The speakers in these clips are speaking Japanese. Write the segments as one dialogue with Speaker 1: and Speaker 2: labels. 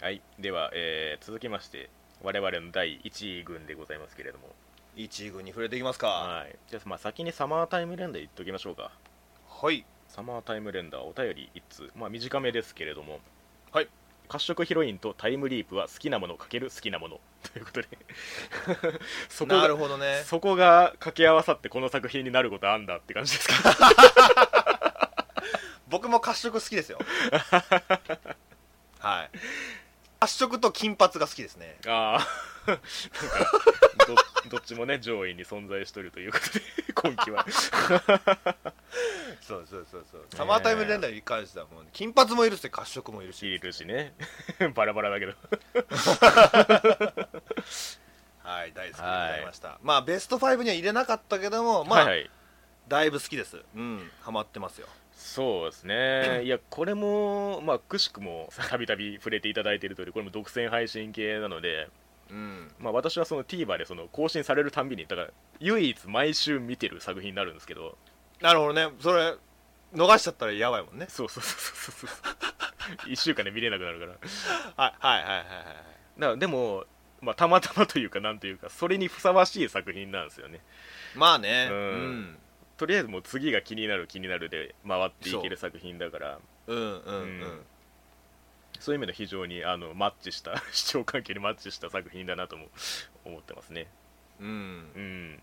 Speaker 1: はいでは、えー続きまして我々の第1位軍でございますけれども
Speaker 2: 1位軍に触れていきますか
Speaker 1: はいじゃあまあ先にサマータイム連打言っときましょうか
Speaker 2: はい
Speaker 1: サマータイムレンダーお便り1通、まあ、短めですけれども、
Speaker 2: はい、
Speaker 1: 褐色ヒロインとタイムリープは好きなもの×好きなもの ということでそこ
Speaker 2: なる
Speaker 1: が
Speaker 2: ほどね
Speaker 1: そこが掛け合わさってこの作品になることあんだって感じですか
Speaker 2: 僕も褐色好きです よはい褐色と金髪が好きですね
Speaker 1: あ あどど っちもね上位に存在しとるということで今期 は
Speaker 2: そうそうそうそうサマータイム連打に関してはもう、金髪もいるし褐色もいるし
Speaker 1: いるしねバラバラだけど
Speaker 2: はい大好きでございました、まあベスト5には入れなかったけどもまあ、
Speaker 1: はいはい
Speaker 2: だいぶ好きですうんハマってますよ
Speaker 1: そうです ね、いや、これも、まあ、くしくも たびたび触れていただいている通り、これも独占配信系なので、
Speaker 2: うん
Speaker 1: まあ、私はその TVer でその更新されるたんびに、だから唯一毎週見てる作品になるんですけど、
Speaker 2: なるほどねそれ逃しちゃったらやばいもんね
Speaker 1: そうそうそうそうそう、1週間で見れなくなるから、だか
Speaker 2: はいはいはいはい
Speaker 1: らでも、まあ、たまたまというか、なんというか、それにふさわしい作品なんですよね。
Speaker 2: まあね
Speaker 1: う
Speaker 2: うんん、
Speaker 1: とりあえずもう次が気になる気になるで回っていける作品だから
Speaker 2: うん、うんうん
Speaker 1: うんそういう意味で非常にあのマッチした 視聴環境にマッチした作品だなとも思ってますね
Speaker 2: うん、
Speaker 1: うん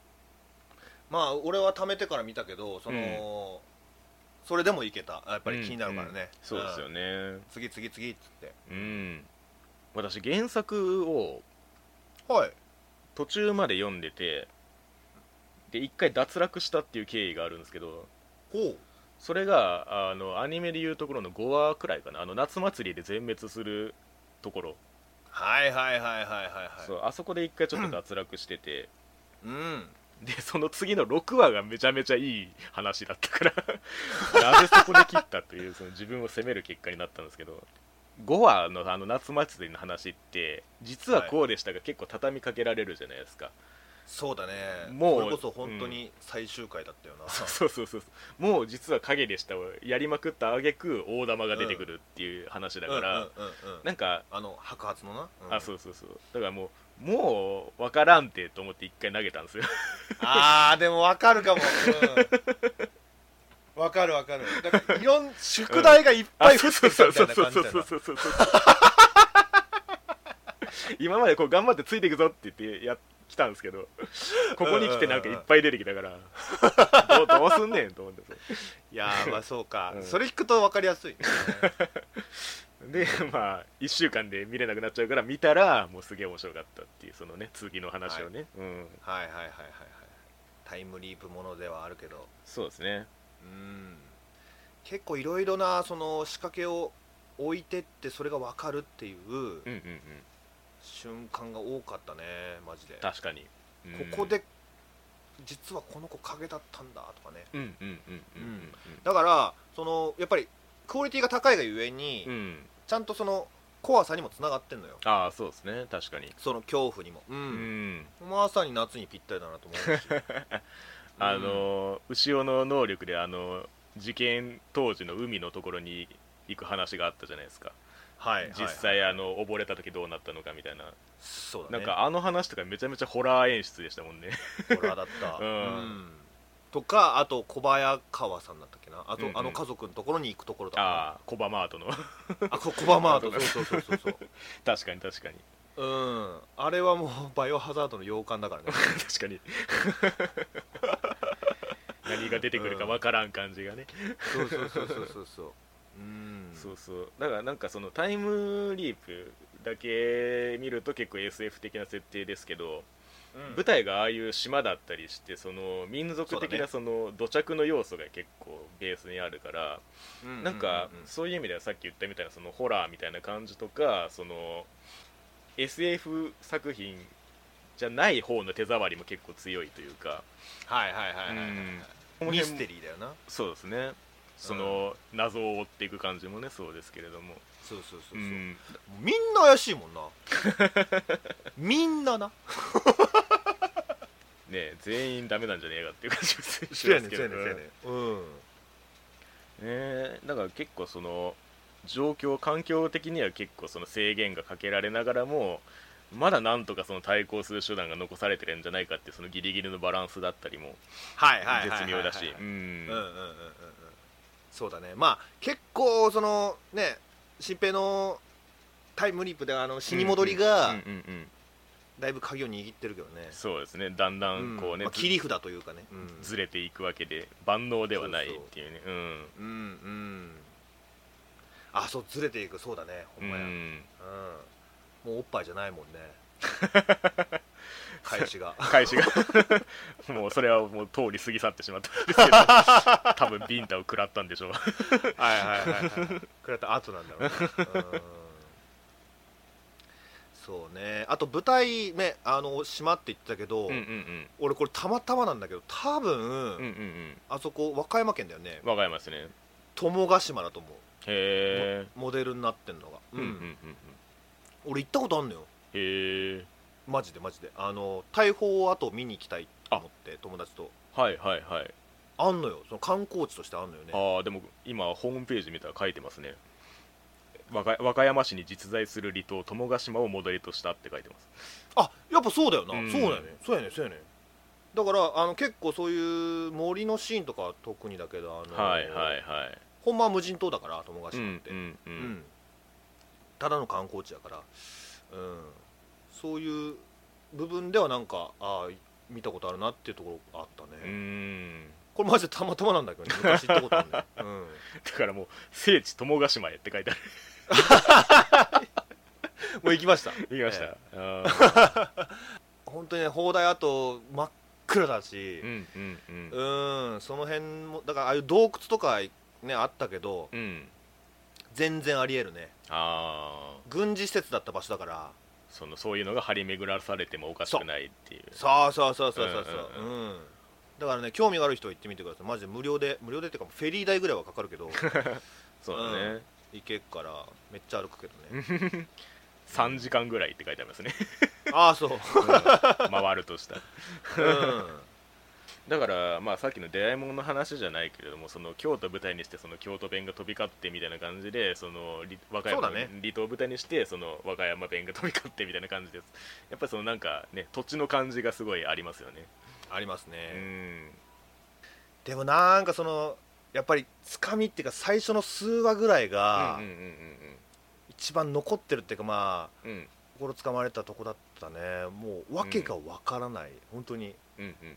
Speaker 2: まあ俺は貯めてから見たけどその、それでもいけたやっぱり気になるからね、
Speaker 1: うんうんそうですよ
Speaker 2: ん
Speaker 1: ね
Speaker 2: 次次次っつって
Speaker 1: うん私原作を
Speaker 2: はい
Speaker 1: 途中まで読んでてで一回脱落したっていう経緯があるんですけど
Speaker 2: ほ
Speaker 1: それがあのアニメでいうところの5話くらいかなあの夏祭りで全滅するところ、
Speaker 2: はいはいはいはいはい
Speaker 1: そ
Speaker 2: は
Speaker 1: うあそこで一回ちょっと脱落してて、
Speaker 2: いうん
Speaker 1: でその次の6話がめちゃめちゃいい話だったから なぜそこで切ったというその自分を責める結果になったんですけど5話のあの夏祭りの話って実はこうでしたが結構畳みかけられるじゃないですか、
Speaker 2: そうだね
Speaker 1: もう
Speaker 2: それこそ本当に最終回だったよな、
Speaker 1: そうそうそうそうもう実は影でしたをやりまくった挙句大玉が出てくるっていう話だから、
Speaker 2: うんうんうんうん
Speaker 1: なんか
Speaker 2: あの白髪のな、
Speaker 1: あ
Speaker 2: う
Speaker 1: そ
Speaker 2: ん
Speaker 1: うそうそうだからもうもう分からんてと思って一回投げたんですよ
Speaker 2: あーでもわかるかもうんわ、かるわかるだからいろん宿題がいっぱい降ってきたみたいな感じだよな
Speaker 1: そうそうそう今までこう頑張ってついていくぞって言ってや来たんですけどここに来てなんかいっぱい出てきたからどうどうすんねんと思って
Speaker 2: いやーまあそうか、
Speaker 1: うん
Speaker 2: それ聞くとわかりやすい、ね、
Speaker 1: でまあ1週間で見れなくなっちゃうから見たらもうすげえ面白かったっていうそのね次の話をね、うん
Speaker 2: はいはいはいはいはいタイムリープものではあるけど
Speaker 1: そうですね
Speaker 2: うん結構いろいろなその仕掛けを置いてってそれがわかるっていう
Speaker 1: うんうんうん
Speaker 2: 瞬間が多かったねマジでこ
Speaker 1: 確かに、うん
Speaker 2: こで実はこの子影だったんだとかね
Speaker 1: うんうんうんうん
Speaker 2: だからそのやっぱりクオリティが高いがゆえに、
Speaker 1: うんうん
Speaker 2: ちゃんとその怖さにもつながってんのよ
Speaker 1: ああそうですね確かに
Speaker 2: その恐怖にもう、
Speaker 1: うんん
Speaker 2: まさに夏にぴったりだなと思うし
Speaker 1: あの、後ろの能力であの事件当時の海のところに行く話があったじゃないですか、
Speaker 2: はい
Speaker 1: 実際あの溺れた時どうなったのかみたいな、
Speaker 2: そうだ
Speaker 1: な
Speaker 2: ね
Speaker 1: んかあの話とかめちゃめちゃホラー演出でしたもんね
Speaker 2: ホラーだった、
Speaker 1: う
Speaker 2: うんんとかあと小早川さんだったっけなあと、
Speaker 1: うんうん
Speaker 2: あの家族のところに行くところとか
Speaker 1: ああコバマートの
Speaker 2: あこ小バマート
Speaker 1: あと
Speaker 2: そうそうそうそう
Speaker 1: 確かに確かに
Speaker 2: そううんあれはもうバイオハザードの洋館だからね
Speaker 1: 確かに 何が出てくるかわからん感じがね、
Speaker 2: そうそうそうそうそうそううん
Speaker 1: そうそうだからなんかそのタイムリープだけ見ると結構 SF 的な設定ですけど、
Speaker 2: うん
Speaker 1: 舞台がああいう島だったりしてその民族的なその土着の要素が結構ベースにあるから、
Speaker 2: ううう
Speaker 1: なんかそういう意味ではさっき言ったみたいなそのホラーみたいな感じとかその SF 作品じゃない方の手触りも結構強いというか
Speaker 2: はいはいはいはいはい、
Speaker 1: うん
Speaker 2: ミステリーだよな
Speaker 1: そうですねその謎を追っていく感じもねそうですけれども
Speaker 2: そうそうそうそう、
Speaker 1: うん
Speaker 2: みんな怪しいも んなみんなな
Speaker 1: ね全員ダメなんじゃねえかっていう感じもしますけど
Speaker 2: うん
Speaker 1: ねだから結構その状況環境的には結構その制限がかけられながらもまだなんとかその対抗する手段が残されてるんじゃないかっていうそのギリギリのバランスだったりも
Speaker 2: はいはいはいはいはい
Speaker 1: 絶妙だしう
Speaker 2: うんんうんうんうんうんそうだねまあ結構そのね新平のタイムリープであの死に戻り
Speaker 1: うん
Speaker 2: が
Speaker 1: うんうん
Speaker 2: だいぶ鍵を握ってるけどね、
Speaker 1: そうですねだんだんこうね、
Speaker 2: まあ、切り札というかね、うん
Speaker 1: ずれていくわけで万能ではないっていうねうん
Speaker 2: うんうんあそうずれていくそうだねほ
Speaker 1: うん
Speaker 2: まや、うん
Speaker 1: ん
Speaker 2: もうおっぱいじゃないもん ね返しが
Speaker 1: 返しが もうそれはもう通り過ぎ去ってしまったんです けど多分ビンタを食らったんでしょう
Speaker 2: はいはいはい、はい、食らった後なんだろうね、うんそうねあと舞台ねあの島って言ってたけど、
Speaker 1: うんうん
Speaker 2: 俺これたまたまなんだけど多分、
Speaker 1: うんうんうんうん
Speaker 2: あそこ和歌山県だよね
Speaker 1: わかりますね
Speaker 2: 友ヶ島だと思う
Speaker 1: へえ
Speaker 2: モデルになってんのが、
Speaker 1: うんうんうんうん
Speaker 2: 俺行ったことあんのよ
Speaker 1: へえ
Speaker 2: マジでマジであの大砲をあと見に行きたいと思って友達と
Speaker 1: はいはいはい
Speaker 2: あんのよその観光地としてあんのよね
Speaker 1: ああでも今ホームページ見たら書いてますね和歌和歌山市に実在する離島友ヶ島をモデルとしたって書いてます
Speaker 2: あやっぱそうだよな、
Speaker 1: うん
Speaker 2: そうだよねそうやねそうやねだからあの結構そういう森のシーンとかは特にだけどあの、
Speaker 1: はいはいはい
Speaker 2: ほんまは無人島だから友ヶ
Speaker 1: う
Speaker 2: 島っ
Speaker 1: ん
Speaker 2: て、
Speaker 1: うんう
Speaker 2: うん
Speaker 1: ん
Speaker 2: ただの観光地だから、うん、そういう部分ではなんかああ見たことあるなっていうところあったね、
Speaker 1: うん
Speaker 2: これマジでたまたまなんだけどね昔行ったことあ るんだよ、うん
Speaker 1: だからもう聖地友ヶ島へって書い てある
Speaker 2: もう行きました
Speaker 1: 言いまし
Speaker 2: え
Speaker 1: た
Speaker 2: え、
Speaker 1: あー
Speaker 2: 本当にね砲台あと真っ暗だし
Speaker 1: うんうんう
Speaker 2: うんんその辺もだからああいう洞窟とかねあったけど
Speaker 1: うん
Speaker 2: 全然ありえるね
Speaker 1: ああ
Speaker 2: 軍事施設だった場所だから
Speaker 1: そのそういうのが張り巡らされてもおかしくないっていう
Speaker 2: そうそうそうそうそうそ
Speaker 1: う
Speaker 2: ううんん、だからね興味がある人は行ってみてくださいマジで無料で無料でっていうかフェリー代ぐらいはかかるけ ど
Speaker 1: そうだね、
Speaker 2: うん行けっからめっちゃ歩くけどね
Speaker 1: 3時間ぐらいって書いてあり ますね
Speaker 2: ああそう、
Speaker 1: うん回るとしたら
Speaker 2: う
Speaker 1: だから、まあ、さっきの出会いものの話じゃないけれどもその京都舞台にしてその京都弁が飛び交ってみたいな感じでそのり和歌山
Speaker 2: そうだね
Speaker 1: 離島を舞台にしてその和歌山弁が飛び交ってみたいな感じですやっぱりそのなんかね土地の感じがすごいありますよね
Speaker 2: ん、あります
Speaker 1: う
Speaker 2: ね、
Speaker 1: ん
Speaker 2: でもなんかそのやっぱりつかみっていうか最初の数話ぐらいが
Speaker 1: うんうん
Speaker 2: 一番残ってるっていうかまあ
Speaker 1: うんうんうん
Speaker 2: 心つかまれたとこだったねもう訳がわからない、本当に
Speaker 1: うんうんうんうんうん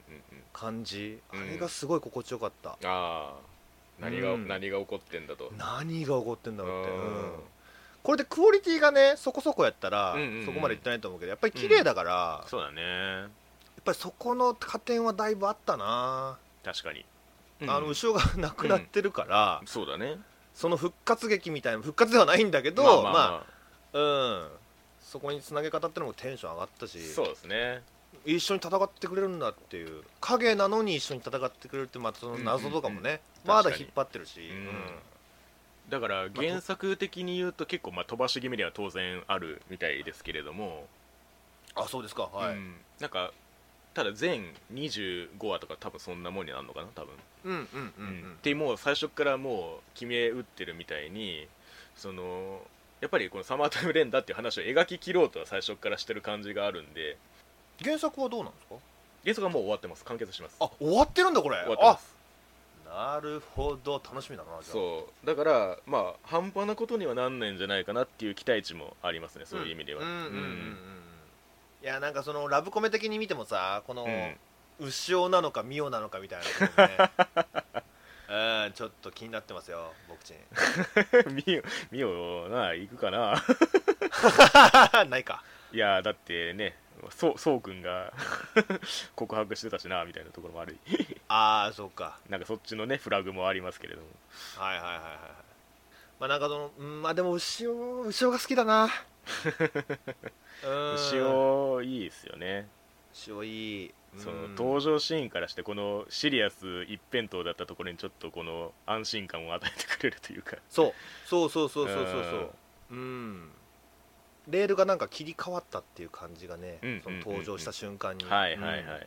Speaker 2: 感じ
Speaker 1: うん
Speaker 2: あれがすごい心地よかった、
Speaker 1: ああ何が、
Speaker 2: うん
Speaker 1: 何が起こってんだと
Speaker 2: 何が起こってんだろうって、
Speaker 1: うん
Speaker 2: うんこれでクオリティがねそこそこやったら、
Speaker 1: うんうんうん
Speaker 2: そこまでいってないと思うけどやっぱり綺麗だから、や
Speaker 1: そうだね
Speaker 2: っぱりそこの加点はだいぶあったな、
Speaker 1: 確かに、
Speaker 2: あの後ろがなくなってるから、
Speaker 1: そうだね
Speaker 2: その復活劇みたいな復活ではないんだけどまあ、うんそこにつなげ方ってのもテンション上がったし
Speaker 1: そうですね
Speaker 2: 一緒に戦ってくれるんだっていう影なのに一緒に戦ってくれるってまたその謎とかもね、
Speaker 1: うんうん
Speaker 2: まだ
Speaker 1: 確かに
Speaker 2: 引っ張ってるし、
Speaker 1: うんだから
Speaker 2: と
Speaker 1: 原作的に言うと結構まあ飛ばし気味では当然あるみたいですけれども、
Speaker 2: あそうですかはい、う、
Speaker 1: うんんなんかただ全25話とか多分そんなもんになるのかな多分、
Speaker 2: うんうんうん
Speaker 1: でもう最初からもう決め打ってるみたいにそのやっぱりこの「サマータイムレンダー」っていう話を描き切ろうとは最初からしてる感じがあるんで
Speaker 2: 原作はどうなんですか
Speaker 1: 原作はもう終わってます完結します
Speaker 2: あ終わってるんだこれ
Speaker 1: 終わってます
Speaker 2: あなるほど楽しみだなじゃあ
Speaker 1: そうだからまあ半端なことにはなんないんじゃないかなっていう期待値もありますねそういう意味では
Speaker 2: うんうんうんうんう
Speaker 1: うん
Speaker 2: いやなんかそのラブコメ的に見てもさこの、
Speaker 1: うん
Speaker 2: 牛尾なのかミオなのかみたいなところ ねうんちょっと気になってますよ僕ちん
Speaker 1: みよみよな行くかな
Speaker 2: ないか
Speaker 1: いやだってねそうそうくんが 告白してたしなみたいなところもある
Speaker 2: ああそうか
Speaker 1: なんかそっちのねフラグもありますけれども
Speaker 2: はいはいはいはいはいまあなんかそのうんまあでも牛尾牛尾が好き だなうん
Speaker 1: 牛尾いいですよね
Speaker 2: 牛尾いい
Speaker 1: その
Speaker 2: うん
Speaker 1: 登場シーンからしてこのシリアス一辺倒だったところにちょっとこの安心感を与えてくれるというか
Speaker 2: そうそうそうそうそうそうそううんレールがなんか切り替わったっていう感じがね、
Speaker 1: うん
Speaker 2: その登場した瞬間に、
Speaker 1: はいはいはい、
Speaker 2: うん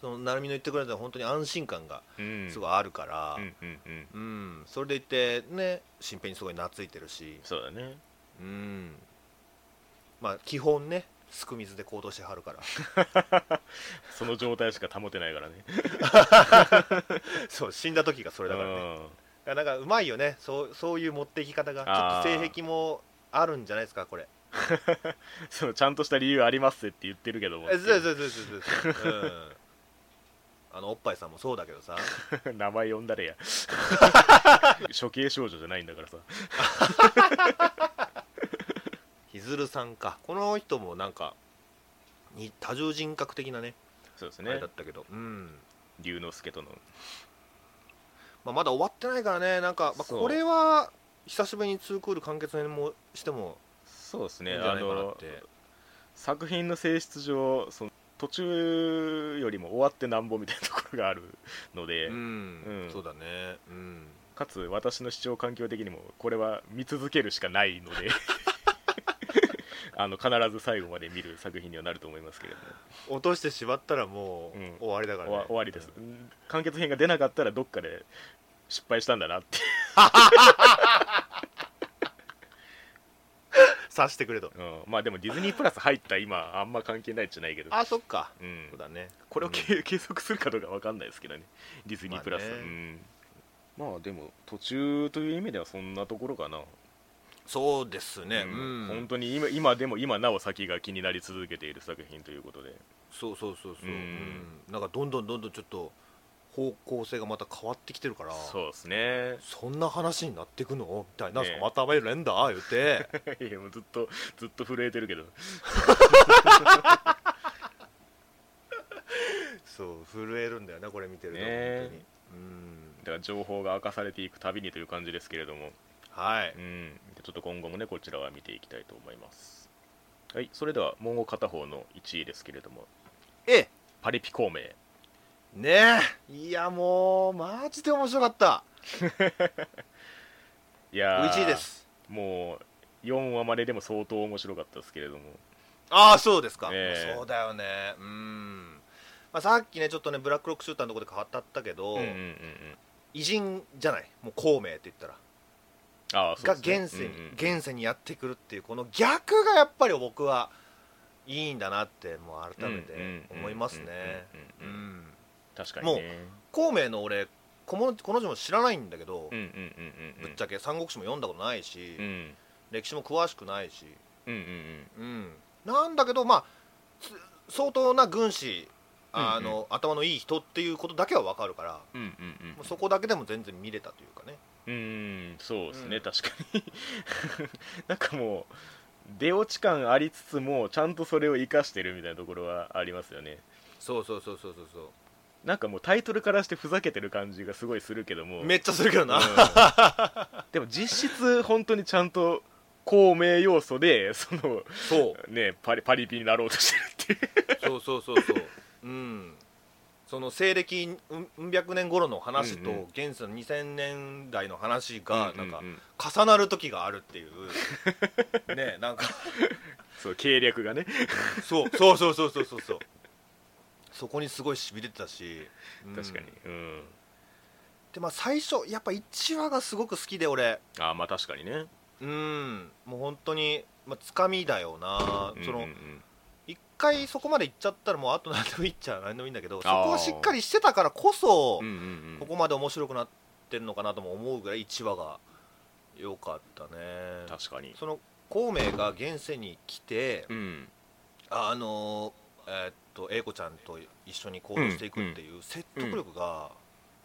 Speaker 2: その成美の言ってくれたのは本当に安心感が
Speaker 1: うん
Speaker 2: すごいあるから、
Speaker 1: うんうんうん
Speaker 2: うん、それでいてね新編にすごい懐いてるし、
Speaker 1: そうだね
Speaker 2: うん、まあ基本ねすく水で行動してはるから
Speaker 1: その状態しか保てないからね
Speaker 2: そう死んだ時がそれだからねだからなんかうまいよねそうそういう持っていき方が
Speaker 1: あー
Speaker 2: ちょっと性癖もあるんじゃないですかこれ
Speaker 1: うんそのちゃんとした理由ありますって言ってるけども
Speaker 2: えそうそうそうそうそうそう、うん、あのおっぱいさんもそうだけどさ
Speaker 1: 名前呼んだれや処刑少女じゃないんだからさ
Speaker 2: ひずるさんかこの人もなんかに多重人格的なね
Speaker 1: そうです
Speaker 2: あれ
Speaker 1: ね
Speaker 2: だったけど、うん
Speaker 1: 龍之介との
Speaker 2: まあ、まだ終わってないからねなんか、まあ、
Speaker 1: そう
Speaker 2: これは久しぶりに2クール完結編もしても
Speaker 1: そうです
Speaker 2: い
Speaker 1: ね
Speaker 2: いんじゃ
Speaker 1: あ
Speaker 2: ないかなっ
Speaker 1: の
Speaker 2: て、
Speaker 1: 作品の性質上その途中よりも終わってなんぼみたいなところがあるので、
Speaker 2: うん
Speaker 1: うん
Speaker 2: そうだねうん
Speaker 1: かつ私の視聴環境的にもこれは見続けるしかないの であの必ず最後まで見る作品にはなると思いますけれども
Speaker 2: 落としてしまったらもう、
Speaker 1: うん
Speaker 2: 終わりだから、
Speaker 1: お
Speaker 2: ね
Speaker 1: わ、終わりです、完結編が出なかったらどっかで失敗したんだなって
Speaker 2: 察してくれと
Speaker 1: うんまあでもディズニープラス入った今あんま関係ないじゃないけど、
Speaker 2: あそっか、
Speaker 1: うん
Speaker 2: そう、だね
Speaker 1: これを
Speaker 2: うん
Speaker 1: 継継続するかどうかわかんないですけどねディズニープラス
Speaker 2: まあね
Speaker 1: うんまあでも途中という意味ではそんなところかな、
Speaker 2: そうですねう
Speaker 1: うん
Speaker 2: ん、
Speaker 1: 本当に今今でも今なお先が気になり続けている作品ということで
Speaker 2: そうそうそうそう、
Speaker 1: うん
Speaker 2: うんなんかどんどんどんどんちょっと方向性がまた変わってきてるから
Speaker 1: そうですね
Speaker 2: そんな話になってくのみたいな、
Speaker 1: ね
Speaker 2: なんすかまためるんだ言うて
Speaker 1: いやもうずっとずっと震えてるけど
Speaker 2: そう震えるんだよねこれ見てると、
Speaker 1: ね
Speaker 2: 本当にうん
Speaker 1: だから情報が明かされていくたびにという感じですけれども、
Speaker 2: はい
Speaker 1: うん、ちょっと今後もねこちらは見ていきたいと思いますはいそれではもう片方の1位ですけれども
Speaker 2: え
Speaker 1: パリピ孔明
Speaker 2: ねえいやもうマジで面白かった
Speaker 1: いやー
Speaker 2: 1位です
Speaker 1: もう4話まででも相当面白かったですけれども
Speaker 2: ああそうですか、
Speaker 1: ええ
Speaker 2: そうだよねうん、まあ、さっきねちょっとねブラックロックシューターのところで語ったけ
Speaker 1: う
Speaker 2: ど、
Speaker 1: んうんうんうん
Speaker 2: 偉人じゃないもう孔明って言ったら
Speaker 1: ああそ
Speaker 2: が
Speaker 1: うですね
Speaker 2: 現世に、
Speaker 1: うんうん
Speaker 2: 現世にやってくるっていうこの逆がやっぱり僕はいいんだなってもう改めて思いますね
Speaker 1: うんうんうんうんうんうん
Speaker 2: うん
Speaker 1: 確かにね
Speaker 2: 孔明の俺このこの字も知らないんだけど、
Speaker 1: うんうんうんうん
Speaker 2: ぶっちゃけ三国志も読んだことないし、
Speaker 1: うん
Speaker 2: 歴史も詳しくないし、
Speaker 1: うんうんうん
Speaker 2: うん、なんだけどまあつ相当な軍師あの、
Speaker 1: うん
Speaker 2: 頭のいい人っていうことだけは分かるから
Speaker 1: うんうん
Speaker 2: もうそこだけでも全然見れたというかね
Speaker 1: うんうんそうですね、
Speaker 2: うん
Speaker 1: 確かに なんかもう出落ち感ありつつもちゃんとそれを生かしてるみたいなところはありますよね
Speaker 2: そうそうそうそうそうそ
Speaker 1: なんかもうタイトルからしてふざけてる感じがすごいするけども
Speaker 2: めっちゃするけどな、
Speaker 1: うんでも実質本当にちゃんと孔明要素でその
Speaker 2: そう
Speaker 1: ねパリパリピになろうとしてるっていう
Speaker 2: そうそうそうそううんその西暦うんうん百年頃の話
Speaker 1: うんうん
Speaker 2: と現世の2000年代の話がなんか
Speaker 1: ううう
Speaker 2: 重なる時があるっていう ねなんか
Speaker 1: そう計略がね
Speaker 2: そうそうそうそうそうそうそうそこにすごいしびれてたし、うん
Speaker 1: 確かにうん
Speaker 2: でまあ最初やっぱ1話がすごく好きで俺
Speaker 1: ああまあ確かにね
Speaker 2: うんもう本当にまあ、つかみだよな、そ
Speaker 1: うん
Speaker 2: の
Speaker 1: うんうん
Speaker 2: 一回そこまで行っちゃったらもうあと何でもいいっちゃ何でもいいんだけどそ
Speaker 1: あー
Speaker 2: こをしっかりしてたからこそ、
Speaker 1: うんうんうん
Speaker 2: ここまで面白くなってるのかなとも思うぐらい1話が良かったね
Speaker 1: 確かに
Speaker 2: その孔明が現世に来て、
Speaker 1: うん
Speaker 2: あのーえーっと英子ちゃんと一緒に行動していくっていう説得力が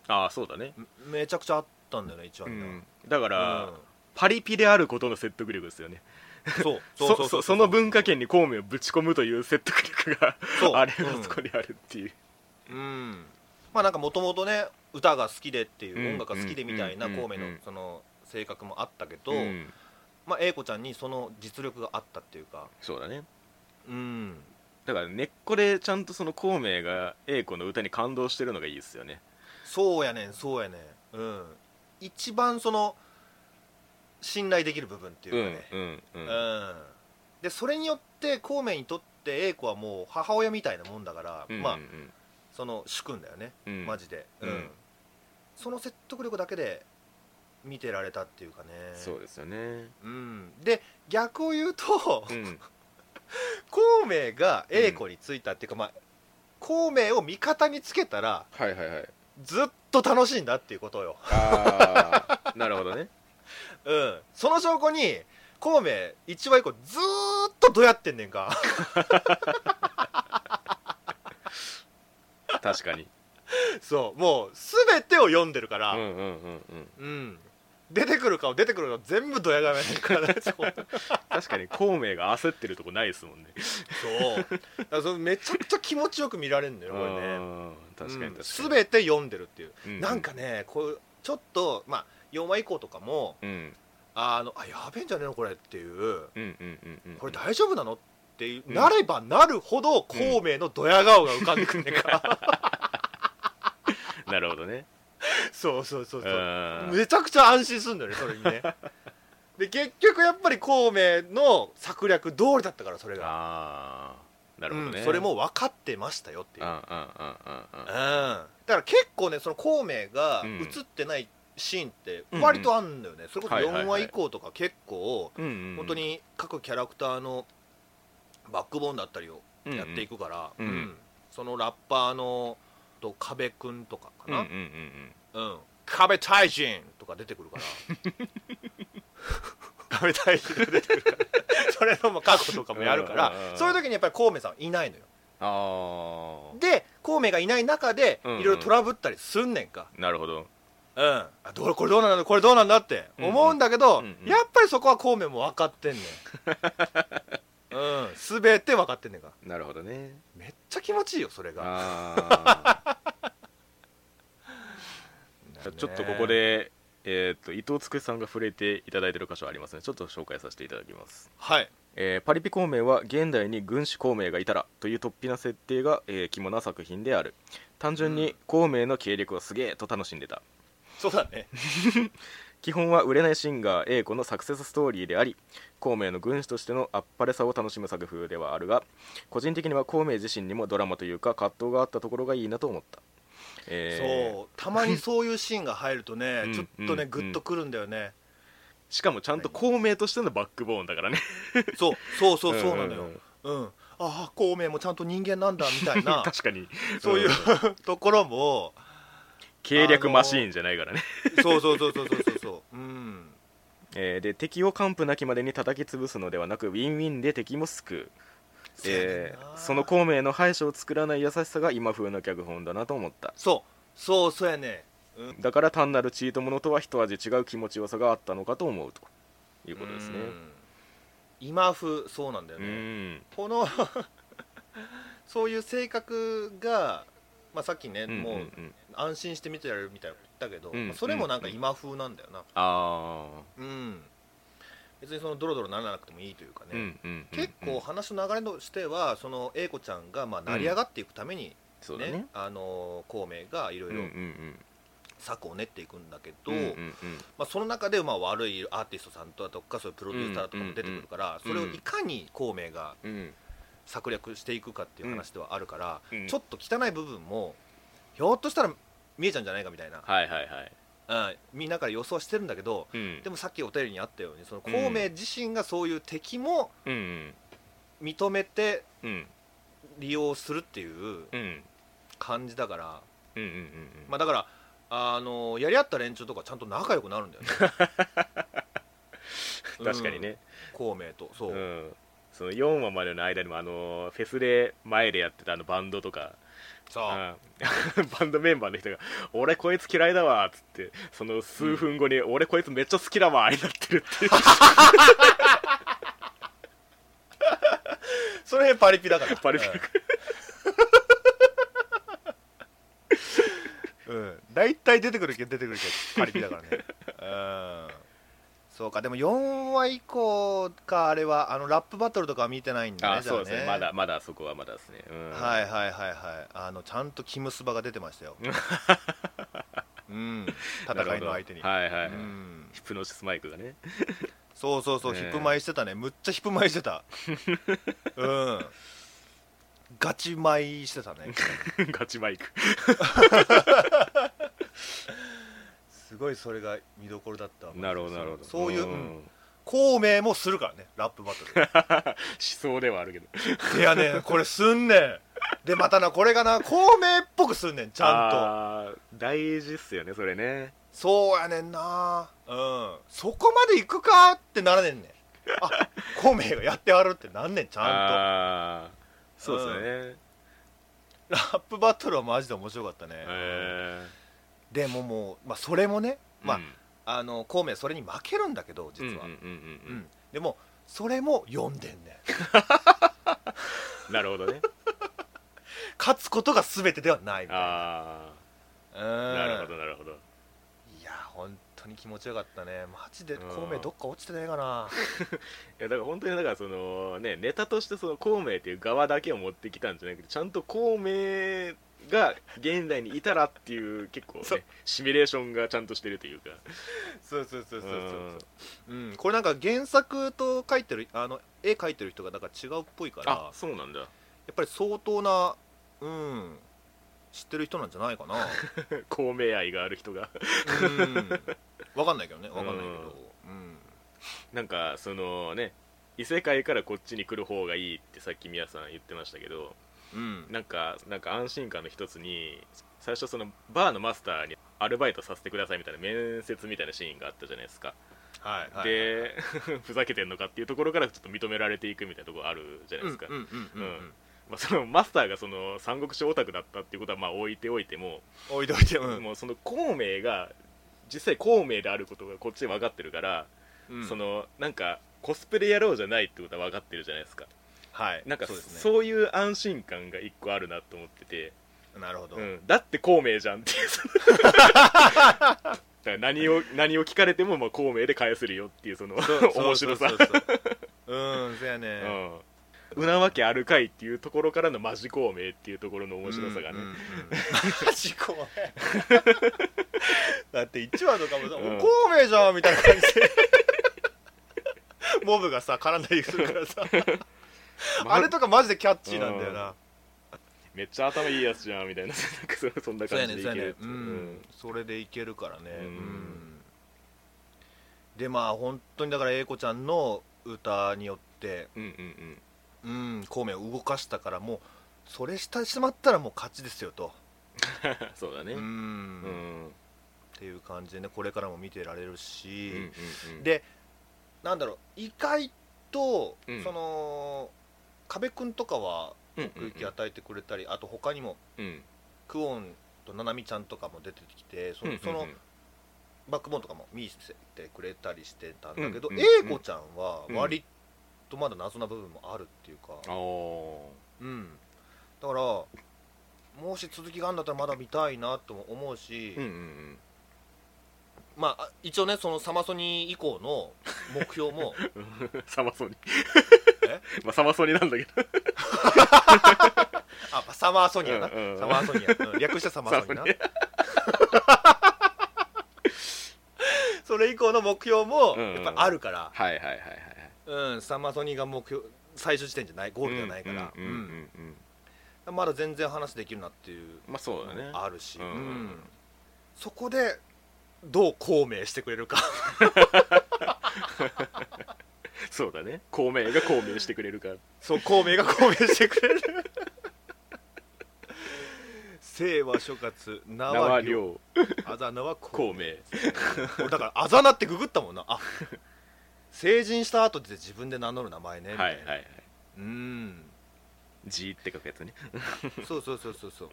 Speaker 1: ああそうだね
Speaker 2: めめちゃくちゃあったんだよね1話
Speaker 1: う
Speaker 2: には、
Speaker 1: んだから、
Speaker 2: うん
Speaker 1: パリピであることの説得力ですよね
Speaker 2: そう
Speaker 1: そそその文化圏に孔明をぶち込むという説得力が
Speaker 2: そう
Speaker 1: あれが
Speaker 2: うん
Speaker 1: そこにあるっていう
Speaker 2: うんまあなんかもともとね歌が好きでっていう、
Speaker 1: うん
Speaker 2: 音楽が好きでみたいな
Speaker 1: うん
Speaker 2: 孔明の
Speaker 1: うん
Speaker 2: その性格もあったけど、
Speaker 1: うん
Speaker 2: まあ英子ちゃんにその実力があったっていうか
Speaker 1: そうだね
Speaker 2: うん
Speaker 1: だから根っこでちゃんとその孔明が英子の歌に感動してるのがいいですよね
Speaker 2: そうやねんそうやねんうん一番その信頼できる部分っていうかね
Speaker 1: うんう
Speaker 2: うんん、
Speaker 1: うん
Speaker 2: でそれによって孔明にとって英子はもう母親みたいなもんだから、
Speaker 1: うん
Speaker 2: まあその主君だよね、
Speaker 1: うん
Speaker 2: マジで、うん
Speaker 1: うん
Speaker 2: その説得力だけで見てられたっていうかね
Speaker 1: そうですよね
Speaker 2: うん、で逆を言うと、
Speaker 1: うん
Speaker 2: 孔明が英子についたっていうか、まあ、孔明を味方につけたら
Speaker 1: はいはい はい
Speaker 2: ずっと楽しいんだっていうことよ、
Speaker 1: ああなるほどね
Speaker 2: うん、その証拠に孔明一話以降ずーっとどうやってんね んか
Speaker 1: 確かに
Speaker 2: そうもう全てを読んでるか
Speaker 1: う
Speaker 2: ら、
Speaker 1: んう
Speaker 2: うん
Speaker 1: んうんうん
Speaker 2: 出てくる顔出てくる顔全部どやがめねんから ねそう
Speaker 1: 確かに孔明が焦ってるとこないですもんね
Speaker 2: そうだからそのめちゃくちゃ気持ちよく見られるんだよこれね
Speaker 1: うん確かに確かに、
Speaker 2: うん全て読んでるっていう、
Speaker 1: う
Speaker 2: なんかねこうちょっとまあ4話以降とかも
Speaker 1: うん
Speaker 2: あのあやべえんじゃねえのこれってい
Speaker 1: うん
Speaker 2: う
Speaker 1: うんうんうん
Speaker 2: これ大丈夫なのっていう、
Speaker 1: うん
Speaker 2: なればなるほど孔明のドヤ顔が浮かんでくんねんか、
Speaker 1: なるほどね
Speaker 2: そうそうそうそう
Speaker 1: あー
Speaker 2: めちゃくちゃ安心すんだよねそれに ねで結局やっぱり孔明の策略通りだったからそれが
Speaker 1: あーなるほどね、
Speaker 2: うんそれも分かってましたよっていう、うん、
Speaker 1: あああああ
Speaker 2: だ
Speaker 1: あ
Speaker 2: から結構ねその孔明が
Speaker 1: うん
Speaker 2: 映ってないシーンって割とあんだよね、それこそ
Speaker 1: はいはいはい
Speaker 2: 4話以降とか結構
Speaker 1: うんうんうん
Speaker 2: 本当に各キャラクターのバックボーンだったりをやっていくから、
Speaker 1: うんうん
Speaker 2: そのラッパーのと壁くんとかか
Speaker 1: うんうん
Speaker 2: な
Speaker 1: うん、うん
Speaker 2: うん壁大臣とか出て くるから壁大臣が出てくるからそれのも過去とかもやるから
Speaker 1: うんうんうん
Speaker 2: そういう時にやっぱり孔明さんはいないのよ
Speaker 1: あ
Speaker 2: で孔明がいない中でい
Speaker 1: うんうん
Speaker 2: ろいろトラブったりすんねんか、
Speaker 1: あなるほど
Speaker 2: うんあどうこれどうなんだこれどうなんだって思うんだけど、
Speaker 1: うんうんうんうん
Speaker 2: やっぱりそこは孔明も分かってんね んうん全て分かってんねんから
Speaker 1: なるほどね
Speaker 2: めっちゃ気持ちいいよそれが
Speaker 1: あ
Speaker 2: ね
Speaker 1: あ ちょっとここでえー、と伊藤つくさんが触れていただいてる箇所ありますねちょっと紹介させていただきます、
Speaker 2: はい
Speaker 1: えーパリピ孔明は現代に軍師孔明がいたらという突飛な設定が、えー肝な作品である単純
Speaker 2: う
Speaker 1: に
Speaker 2: ん
Speaker 1: 孔明の経歴をすげえと楽しんでた
Speaker 2: そうだね
Speaker 1: 基本は売れないシンガー A 子のサクセスストーリーであり孔明の軍師としてのあっぱれさを楽しむ作風ではあるが個人的には孔明自身にもドラマというか葛藤があったところがいいなと思った、えー
Speaker 2: そうたまにそういうシーンが入るとね
Speaker 1: うん
Speaker 2: ちょっと
Speaker 1: うんう
Speaker 2: ね
Speaker 1: ん
Speaker 2: グッとくるんだよね、
Speaker 1: しかもちゃんと孔明としてのバックボーンだからね
Speaker 2: そうそうそうそうなのよ、
Speaker 1: んん
Speaker 2: うんああ孔明もちゃんと人間なんだみた いな
Speaker 1: 確かに
Speaker 2: そういうんところも
Speaker 1: 計略マシーンじゃないからね、
Speaker 2: そうそうそうそうそうそうそううん
Speaker 1: えーで敵を完膚なきまでに叩き潰すのではなくウィンウィンで敵も救う、えーその孔明の敗者を作らない優しさが今風の脚本だなと思った
Speaker 2: そうそうそうやね
Speaker 1: だから単なるチートものとは一味違う気持ちよさがあったのかと思うといううことですね
Speaker 2: ん今風そうなんだよ
Speaker 1: う
Speaker 2: ね、
Speaker 1: ん
Speaker 2: この そういう性格が、まあ、さっきね、
Speaker 1: うん
Speaker 2: も
Speaker 1: う
Speaker 2: うん
Speaker 1: うん
Speaker 2: 安心して見てられるみたいなこと言ったけど、
Speaker 1: うん
Speaker 2: まあそれもなんか
Speaker 1: うん
Speaker 2: 今風なんだよな
Speaker 1: あ
Speaker 2: うん、別にそのドロドロならなくてもいいというかね、
Speaker 1: あ、うんうんうんうん
Speaker 2: 結構話の流れとしてはその英子ちゃんがまあ成り上がっていくために、ね
Speaker 1: そうだね
Speaker 2: あの孔明がいろ
Speaker 1: う
Speaker 2: い
Speaker 1: んうん
Speaker 2: ろ
Speaker 1: うん
Speaker 2: 策を練っていくんだけど、
Speaker 1: うんうん
Speaker 2: まあ、その中でまあ悪いアーティストさんとだとかそういうプロデューサーとかも出てくるから、
Speaker 1: うんうんうん
Speaker 2: それをいかに孔明が
Speaker 1: うんうん
Speaker 2: 策略していくかっていう話ではあるから、
Speaker 1: うん
Speaker 2: ちょっと汚い部分もひょっとしたら見えちゃうんじゃないかみたいな、
Speaker 1: はいはいはい
Speaker 2: うん、みんなから予想はしてるんだけど
Speaker 1: うん
Speaker 2: でもさっきお便りにあったようにその
Speaker 1: うん
Speaker 2: 孔明自身がそういう敵も
Speaker 1: うんうん
Speaker 2: 認めて
Speaker 1: うん
Speaker 2: 利用するっていう
Speaker 1: うんうん
Speaker 2: 感じだから、
Speaker 1: うんうん
Speaker 2: まあ、だからあのやり合った連中とかちゃんと仲良くなるんだよね
Speaker 1: うん 確かに
Speaker 2: う
Speaker 1: ね
Speaker 2: ん孔明とそうう、
Speaker 1: んその4話までの間にもあのフェスで前でやってたあのバンドとか
Speaker 2: そう
Speaker 1: うん バンドメンバーの人が「俺こいつ嫌いだわ」っつってその数分後に「俺こいつめっちゃ好きだわ」になってる っていう
Speaker 2: その辺パリピだから
Speaker 1: パリピだか
Speaker 2: うんうん大体、出てくるけど出てくるけどパリピ だからねうんそうかでも4話以降かあれはあのラップバトルとかは見てないんだね
Speaker 1: あ
Speaker 2: じゃあ
Speaker 1: そうですねまだまだそこはまだですね、うん、
Speaker 2: はいはいはいはいあのちゃんとキムスバが出てま したようん戦いの相手に、
Speaker 1: なるほどはいはい、はい
Speaker 2: うん
Speaker 1: ヒプノシスマイクがね
Speaker 2: そうそうそう、
Speaker 1: ねえ
Speaker 2: ヒップマイしてたねむっちゃヒップマイしてたうんガチ舞いしてたね
Speaker 1: ガチマイク
Speaker 2: すごいそれが見どころだったわ
Speaker 1: なるほどなるほど
Speaker 2: そういう、
Speaker 1: ん
Speaker 2: うん孔明もするからねラップバトル
Speaker 1: 思想ではあるけど
Speaker 2: いやねこれすんねんでまたなこれがな孔明っぽくすんねんちゃんと
Speaker 1: ゃんと大事っすよねそれね
Speaker 2: そうやねんなうんそこまで行くかってな らねんねんあ孔明がやってはるってなんねんちゃん
Speaker 1: ああーそうですね、
Speaker 2: とラップバトルはマジで面白かったね、
Speaker 1: え
Speaker 2: でももう、まあ、それもね、
Speaker 1: ー
Speaker 2: まあ
Speaker 1: うん
Speaker 2: あの孔明それに負けるんだけど実は、
Speaker 1: うんうんうんう
Speaker 2: う
Speaker 1: ん
Speaker 2: んでもそれも読んでんねん
Speaker 1: うんなるほどね
Speaker 2: 勝つことが全てではないみたいな
Speaker 1: あ
Speaker 2: うん
Speaker 1: あなるほどなるほど
Speaker 2: いや本当に気持ちよかったねマジで
Speaker 1: うん
Speaker 2: 孔明どっか落ちてねえかな い
Speaker 1: やだから本当にだからそのねネタとしてその孔明っていう側だけを持ってきたんじゃなくてちゃんと孔明が現代にいたらっていう結構
Speaker 2: そう
Speaker 1: ねシミュレーションがちゃんとしてるというか
Speaker 2: そうそうそうそう
Speaker 1: うん
Speaker 2: そう、うん、これなんか原作と書いてるあの絵描いてる人がなんか違うっぽいから
Speaker 1: あそうなんだ
Speaker 2: やっぱり相当なうん知ってる人なんじゃない かな
Speaker 1: 孔明愛がある人が
Speaker 2: うんわかんないけどねわかんないけどうん
Speaker 1: なんかそのね異世界からこっちに来る方がいいってさっき宮さん言ってましたけど
Speaker 2: うん
Speaker 1: なんかなんか安心感の一つに最初そのバーのマスターにアルバイトさせてくださいみたいな面接みたいなシーンがあったじゃないですか
Speaker 2: はいはい
Speaker 1: で ふざけてんのかっていうところからちょっと認められていくみたいなところあるじゃな
Speaker 2: う
Speaker 1: いで
Speaker 2: んうん
Speaker 1: すか、
Speaker 2: うんうんう
Speaker 1: うんんまあ、そのマスターがその三国志オタクだったっていうことはまあ置いておいても、
Speaker 2: 置いといてうん
Speaker 1: もうその孔明が実際孔明であることがこっちで分かってるから、
Speaker 2: うん
Speaker 1: そのなんかコスプレ野郎じゃないってことは分かってるじゃないですか
Speaker 2: はい
Speaker 1: なんかそ,、
Speaker 2: そううですね
Speaker 1: いう安心感が一個あるなと思ってて、
Speaker 2: なるほど
Speaker 1: うん、だって孔明じゃんっていう そのだから何を何を聞かれてもまあ孔明で返せるよっていうその
Speaker 2: そ う
Speaker 1: 面白さ
Speaker 2: そうそうそううんそやね
Speaker 1: うん、うなわけあるかいっていうところからのマジ孔明っていうところの面白さがね、
Speaker 2: うんうんうんマジ怖い だって1話とかもさ
Speaker 1: うん
Speaker 2: 「孔明じゃん」みたいな感じで モブがさ絡んだりするから さ
Speaker 1: ま
Speaker 2: あれとかマジでキャッチーなんだよな
Speaker 1: めっちゃ頭いいやつじゃんみたい ななんかそそんな感じでいけるって
Speaker 2: う
Speaker 1: いうん
Speaker 2: それでいけるからね
Speaker 1: うん
Speaker 2: うんでまあ本当にだから英子ちゃんの歌によって
Speaker 1: うんうんうん
Speaker 2: うん孔明を動かしたからもうそれしてしまったらもう勝ちですよと
Speaker 1: うん そうだね
Speaker 2: う
Speaker 1: うん
Speaker 2: ん
Speaker 1: うん
Speaker 2: っていう感じでねこれからも見てられるし、
Speaker 1: うんうん
Speaker 2: でなんだろう異界と、
Speaker 1: うん
Speaker 2: その壁くんとかは
Speaker 1: うんうん
Speaker 2: 空気与えてくれたり、あと他にも
Speaker 1: うん
Speaker 2: クオンとナナミちゃんとかも出てきてそ
Speaker 1: うんうんうん
Speaker 2: そのバックボーンとかも見せてくれたりしてたんだけど
Speaker 1: うんうんうん
Speaker 2: 英子、ちゃんは割とまだ謎な部分もあるっていう
Speaker 1: あ
Speaker 2: か、
Speaker 1: ー
Speaker 2: うん、だからもし続きがあるんだったらまだ見たいなとも思うし、
Speaker 1: うんうんうん
Speaker 2: まあ一応ねそのサマソニ以降の目標も
Speaker 1: サマソニ
Speaker 2: え
Speaker 1: まあサマソニなんだけど
Speaker 2: あサマーソニアな、
Speaker 1: うんうんうん
Speaker 2: サマーソニア、うん略してサマーソニ アなそれ以降の目標も
Speaker 1: うんうん
Speaker 2: やっぱあるから、
Speaker 1: はいはいはいはい
Speaker 2: うんサマーソニが目標最終時点じゃないゴールではないから、
Speaker 1: うんうんうんうん
Speaker 2: うんまだ全然話できるなっていう
Speaker 1: まあそうだね
Speaker 2: のもあるし、
Speaker 1: うんうん
Speaker 2: うんそこでどう孔明してくれ るか
Speaker 1: そうだね孔明が孔明してくれるから
Speaker 2: そう孔明が孔明してく れる生は諸葛名
Speaker 1: 名は
Speaker 2: は両
Speaker 1: 両
Speaker 2: あざ名は孔明
Speaker 1: 孔明
Speaker 2: 俺だからあざなってググったもんなあ成人した後で自分で名乗る名前ねみ
Speaker 1: は
Speaker 2: た
Speaker 1: いは
Speaker 2: い
Speaker 1: い
Speaker 2: な
Speaker 1: はい
Speaker 2: うん
Speaker 1: 字って書くやつね
Speaker 2: そうそうそうそうそう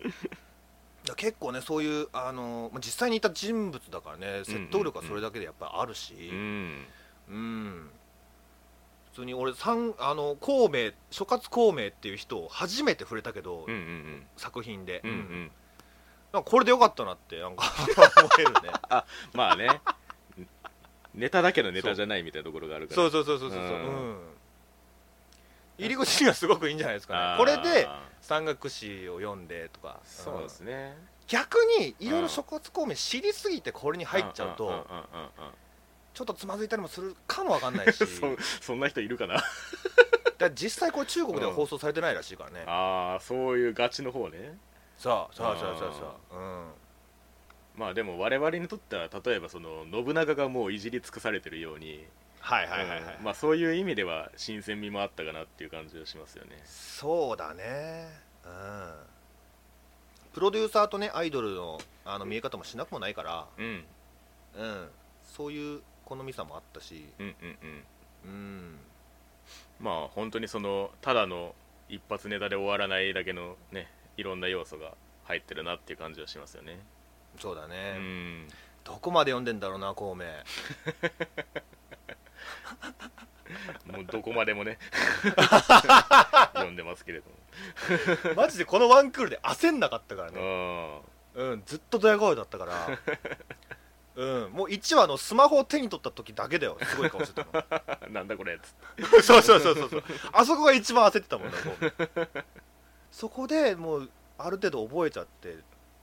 Speaker 2: だ結構ねそういうあのまあ実際にいた人物だからね説得力はそれだけでやっぱりあるし
Speaker 1: うん
Speaker 2: うん普通に俺三あの孔明諸葛孔明っていう人を初めて触れたけど、
Speaker 1: うんうん
Speaker 2: 作品で、
Speaker 1: うんうんう
Speaker 2: うん
Speaker 1: ん
Speaker 2: なんかこれでよかったなってなんか 思えるね
Speaker 1: まあねネタだけのネタじゃないみたいなところがあるから
Speaker 2: そううそうそうそうそう、う
Speaker 1: うん
Speaker 2: ん、入り口にはすごくいいんじゃないですかねこれで山岳史を読んでとか
Speaker 1: そうです
Speaker 2: ん
Speaker 1: ね
Speaker 2: 逆にいろいろ諸葛孔明知りすぎてこれに入っちゃう
Speaker 1: うんうん
Speaker 2: と
Speaker 1: うんうんうん
Speaker 2: ちょっとつまずいたりもするかもわかんないし
Speaker 1: そそんな人いるかな
Speaker 2: だから実際これ中国では放送されてないらしいからね、
Speaker 1: ああそういうガチの方ね
Speaker 2: さあさあさあさあさあ
Speaker 1: まあでも我々にとっては例えばその信長がもういじり尽くされてるように
Speaker 2: はいはいはいはい、
Speaker 1: うんまあそういう意味では新鮮味もあったかなっていう感じがしますよね
Speaker 2: そうだねうんプロデューサーとねアイドルのあの見え方もしなくもないから、
Speaker 1: うん
Speaker 2: うん、そういう好みさもあったし
Speaker 1: うんうんうん
Speaker 2: うん
Speaker 1: まあ本当にそのただの一発ネタで終わらないだけのねいろんな要素が入ってるなっていう感じはしますよね
Speaker 2: そうだ
Speaker 1: う
Speaker 2: ね、
Speaker 1: ん
Speaker 2: どこまで読んでんだろうな孔 明
Speaker 1: もうどこまでも ね読んでますけれども
Speaker 2: マジでこのワンクールで焦んなかったからね、
Speaker 1: あ
Speaker 2: うん、ずっとドヤ顔だったから、うん、もう1話のスマホを手に取った時だけだよすごい顔してたの
Speaker 1: あなんだこれっつって
Speaker 2: そうそうそうそうそうあそこが一番焦ってたもんだそこでもうある程度覚えちゃって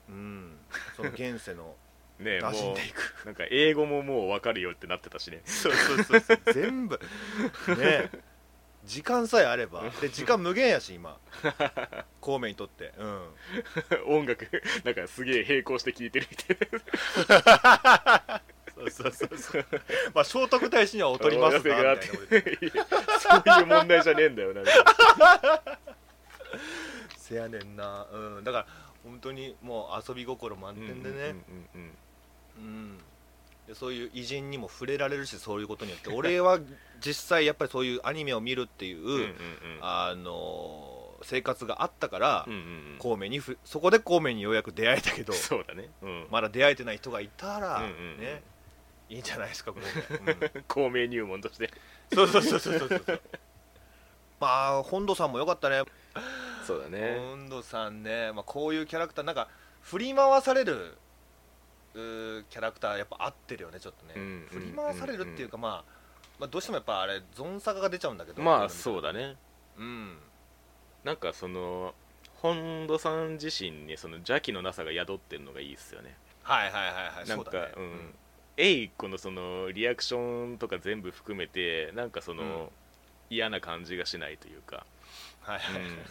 Speaker 2: うんその現世の
Speaker 1: ねえ
Speaker 2: 馴染ん
Speaker 1: も
Speaker 2: でいく
Speaker 1: うなんか英語ももう分かるよってなってたしね
Speaker 2: そうそうそうそう全部ね時間さえあればで時間無限やし 今孔明にとってうん
Speaker 1: 音楽なんかすげえ並行して聴いてるみたいな
Speaker 2: そうそうそうそう まあ聖徳太子には劣り ますがみたいなこと言って
Speaker 1: いやそういう問題じゃねえんだよなんか
Speaker 2: せやねんな、うん、だから本当にもう遊び心満点でね、
Speaker 1: うんうんうんうん
Speaker 2: うんでそういう偉人にも触れられるしそういうことによって俺は実際やっぱりそういうアニメを見るっていう、
Speaker 1: うんうんうん
Speaker 2: あのー生活があったから、
Speaker 1: うんうん
Speaker 2: 孔明にふそこで孔明にようやく出会えたけ
Speaker 1: う
Speaker 2: ど
Speaker 1: んそうだねうん
Speaker 2: まだ出会えてない人がいたら、
Speaker 1: うんうんうん
Speaker 2: ねいいんじゃないですか孔明、うん
Speaker 1: 公明入門として
Speaker 2: そうそうそうそうそう そうまあ本土さんもよかったね
Speaker 1: そうだ
Speaker 2: 温度さんね、まあ、こういうキャラクターなんか振り回されるうーキャラクターやっぱ合ってるよねちょっとね、
Speaker 1: うんうん
Speaker 2: 振り回されるっていうか、まあ、まあどうしてもやっぱあれゾンサガが出ちゃうんだけど
Speaker 1: まあそううだね
Speaker 2: うん
Speaker 1: なんかその本土さん自身にその邪気のなさが宿ってるのがいいっすよね
Speaker 2: はいはいはいはい
Speaker 1: なん
Speaker 2: そうだ
Speaker 1: か
Speaker 2: ね
Speaker 1: う、んエイコのそのリアクションとか全部含めてなんかその、
Speaker 2: うん
Speaker 1: 嫌な感じがしないというか、
Speaker 2: はいはい、
Speaker 1: うん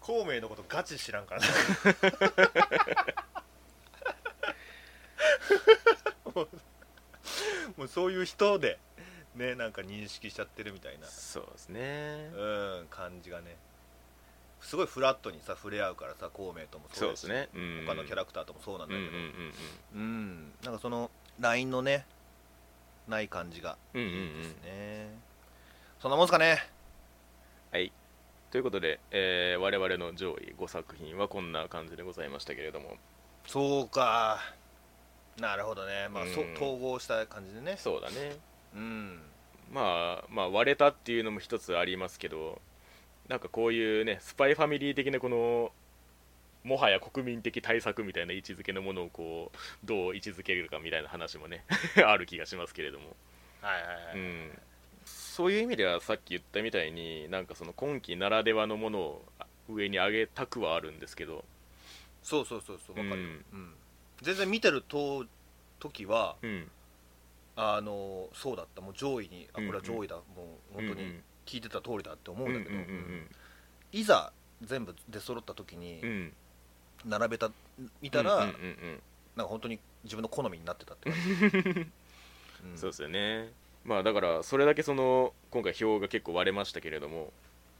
Speaker 2: 孔明のことガチ知らんからな もうもうそういう人でねなんか認識しちゃってるみたいな
Speaker 1: そうですね
Speaker 2: うん感じがねすごいフラットにさ触れ合うからさ孔明とも
Speaker 1: そう
Speaker 2: だ
Speaker 1: で
Speaker 2: し
Speaker 1: すね、うん、
Speaker 2: 他のキャ
Speaker 1: ラ
Speaker 2: ラクターともそうなん
Speaker 1: う
Speaker 2: だ
Speaker 1: ん
Speaker 2: け
Speaker 1: うん
Speaker 2: ど
Speaker 1: うん
Speaker 2: うん、なんかそのラインのねない感じが
Speaker 1: うんうんうん
Speaker 2: いい
Speaker 1: うんう
Speaker 2: で
Speaker 1: ん
Speaker 2: すね、そんなもんすかね
Speaker 1: はいということで、えー我々の上位5作品はこんな感じでございましたけれども
Speaker 2: そうかなるほどねまあ、そ
Speaker 1: うん
Speaker 2: 統合した感じでね
Speaker 1: そうだね
Speaker 2: うん
Speaker 1: まあまあ割れたっていうのも一つありますけどなんかこういうねスパイファミリー的なこのもはや国民的対策みたいな位置づけのものをこうどう位置づけるかみたいな話もね ある気がしますけれども、
Speaker 2: はいはいは
Speaker 1: う
Speaker 2: い、
Speaker 1: ん、そういう意味ではさっき言ったみたいになんかその今期ならではのものを上に上げたくはあるんですけど、
Speaker 2: そうそうそうそうわかるよ
Speaker 1: うん
Speaker 2: うん全然見てると時は
Speaker 1: うん、
Speaker 2: あのそうだったもう上位にあこれは上位だ、もう本当
Speaker 1: うんう
Speaker 2: に
Speaker 1: ん
Speaker 2: 聞いてた通りだって思うんだけど、
Speaker 1: うんうん
Speaker 2: いざ全部出揃った時に
Speaker 1: うんうん
Speaker 2: 並べた見たら、
Speaker 1: うんうんうん
Speaker 2: なんか本当に自分の好みになってたっ て感じ、
Speaker 1: う、
Speaker 2: うんん
Speaker 1: そうですよねまあだからそれだけその今回票が結構割れましたけれども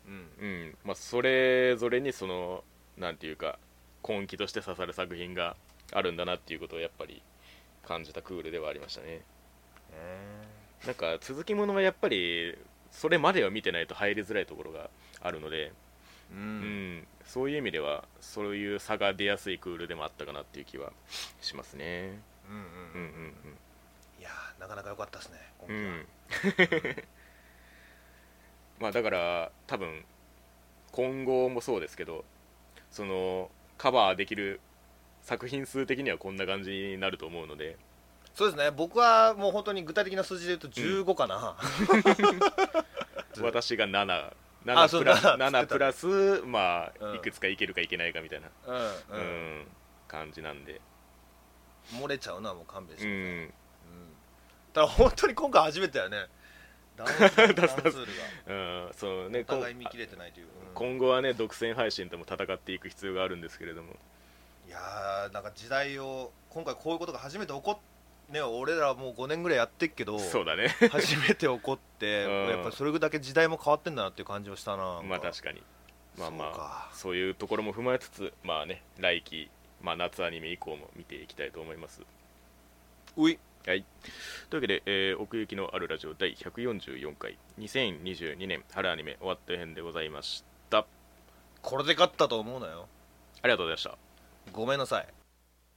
Speaker 2: うん
Speaker 1: うんまあ、それぞれにそのなんていうか根気として刺さる作品があるんだなっていうことをやっぱり感じたクールではありましたねなんか続きものはやっぱりそれまでは見てないと入りづらいところがあるので、う
Speaker 2: う
Speaker 1: ん
Speaker 2: ん
Speaker 1: そういう意味ではそういう差が出やすいクールでもあったかなっていう気はしますね
Speaker 2: うんう
Speaker 1: う
Speaker 2: ん
Speaker 1: んうん
Speaker 2: いやーなかなか良かったですね今
Speaker 1: う
Speaker 2: 期
Speaker 1: ん、う
Speaker 2: は、
Speaker 1: ん、 まあだから多分今後もそうですけどそのカバーできる作品数的にはこんな感じになると思うので
Speaker 2: そうですね僕はもう本当に具体的な数字で言うと15かな、ず
Speaker 1: 私が77
Speaker 2: あそう
Speaker 1: プラス
Speaker 2: 7って言
Speaker 1: 7
Speaker 2: ってた
Speaker 1: プラスま
Speaker 2: う
Speaker 1: あ
Speaker 2: ん
Speaker 1: いくつかいけるかいけないかみたいな、
Speaker 2: うんうん
Speaker 1: うん感じなんで、
Speaker 2: 漏れちゃうのはもう勘弁し
Speaker 1: う
Speaker 2: てください、うん
Speaker 1: ん、
Speaker 2: ただ本当に今回初めてだよねダウンダウンツールが
Speaker 1: うんそうね
Speaker 2: お互い見切れてないという、うん
Speaker 1: 今後はね独占配信とも戦っていく必要があるんですけれども
Speaker 2: いやーなんか時代を今回こういうことが初めて起こっね俺らもう5年ぐらいやってっけど
Speaker 1: そうだね
Speaker 2: 初めて起こって、
Speaker 1: うん
Speaker 2: やっぱそれだけ時代も変わってんだなっていう感じをしたな
Speaker 1: まあ確
Speaker 2: か
Speaker 1: かにまあ
Speaker 2: そう
Speaker 1: ま
Speaker 2: か
Speaker 1: あそういうところも踏まえつつまあね来期、まあ、夏アニメ以降も見ていきたいと思います
Speaker 2: うい
Speaker 1: はい、というわけで、えー奥行きのあるラジオ第144回2022年春アニメ終わった編でございましたあ
Speaker 2: これで勝ったと思うなよ
Speaker 1: りがとうございました
Speaker 2: ごめんなさい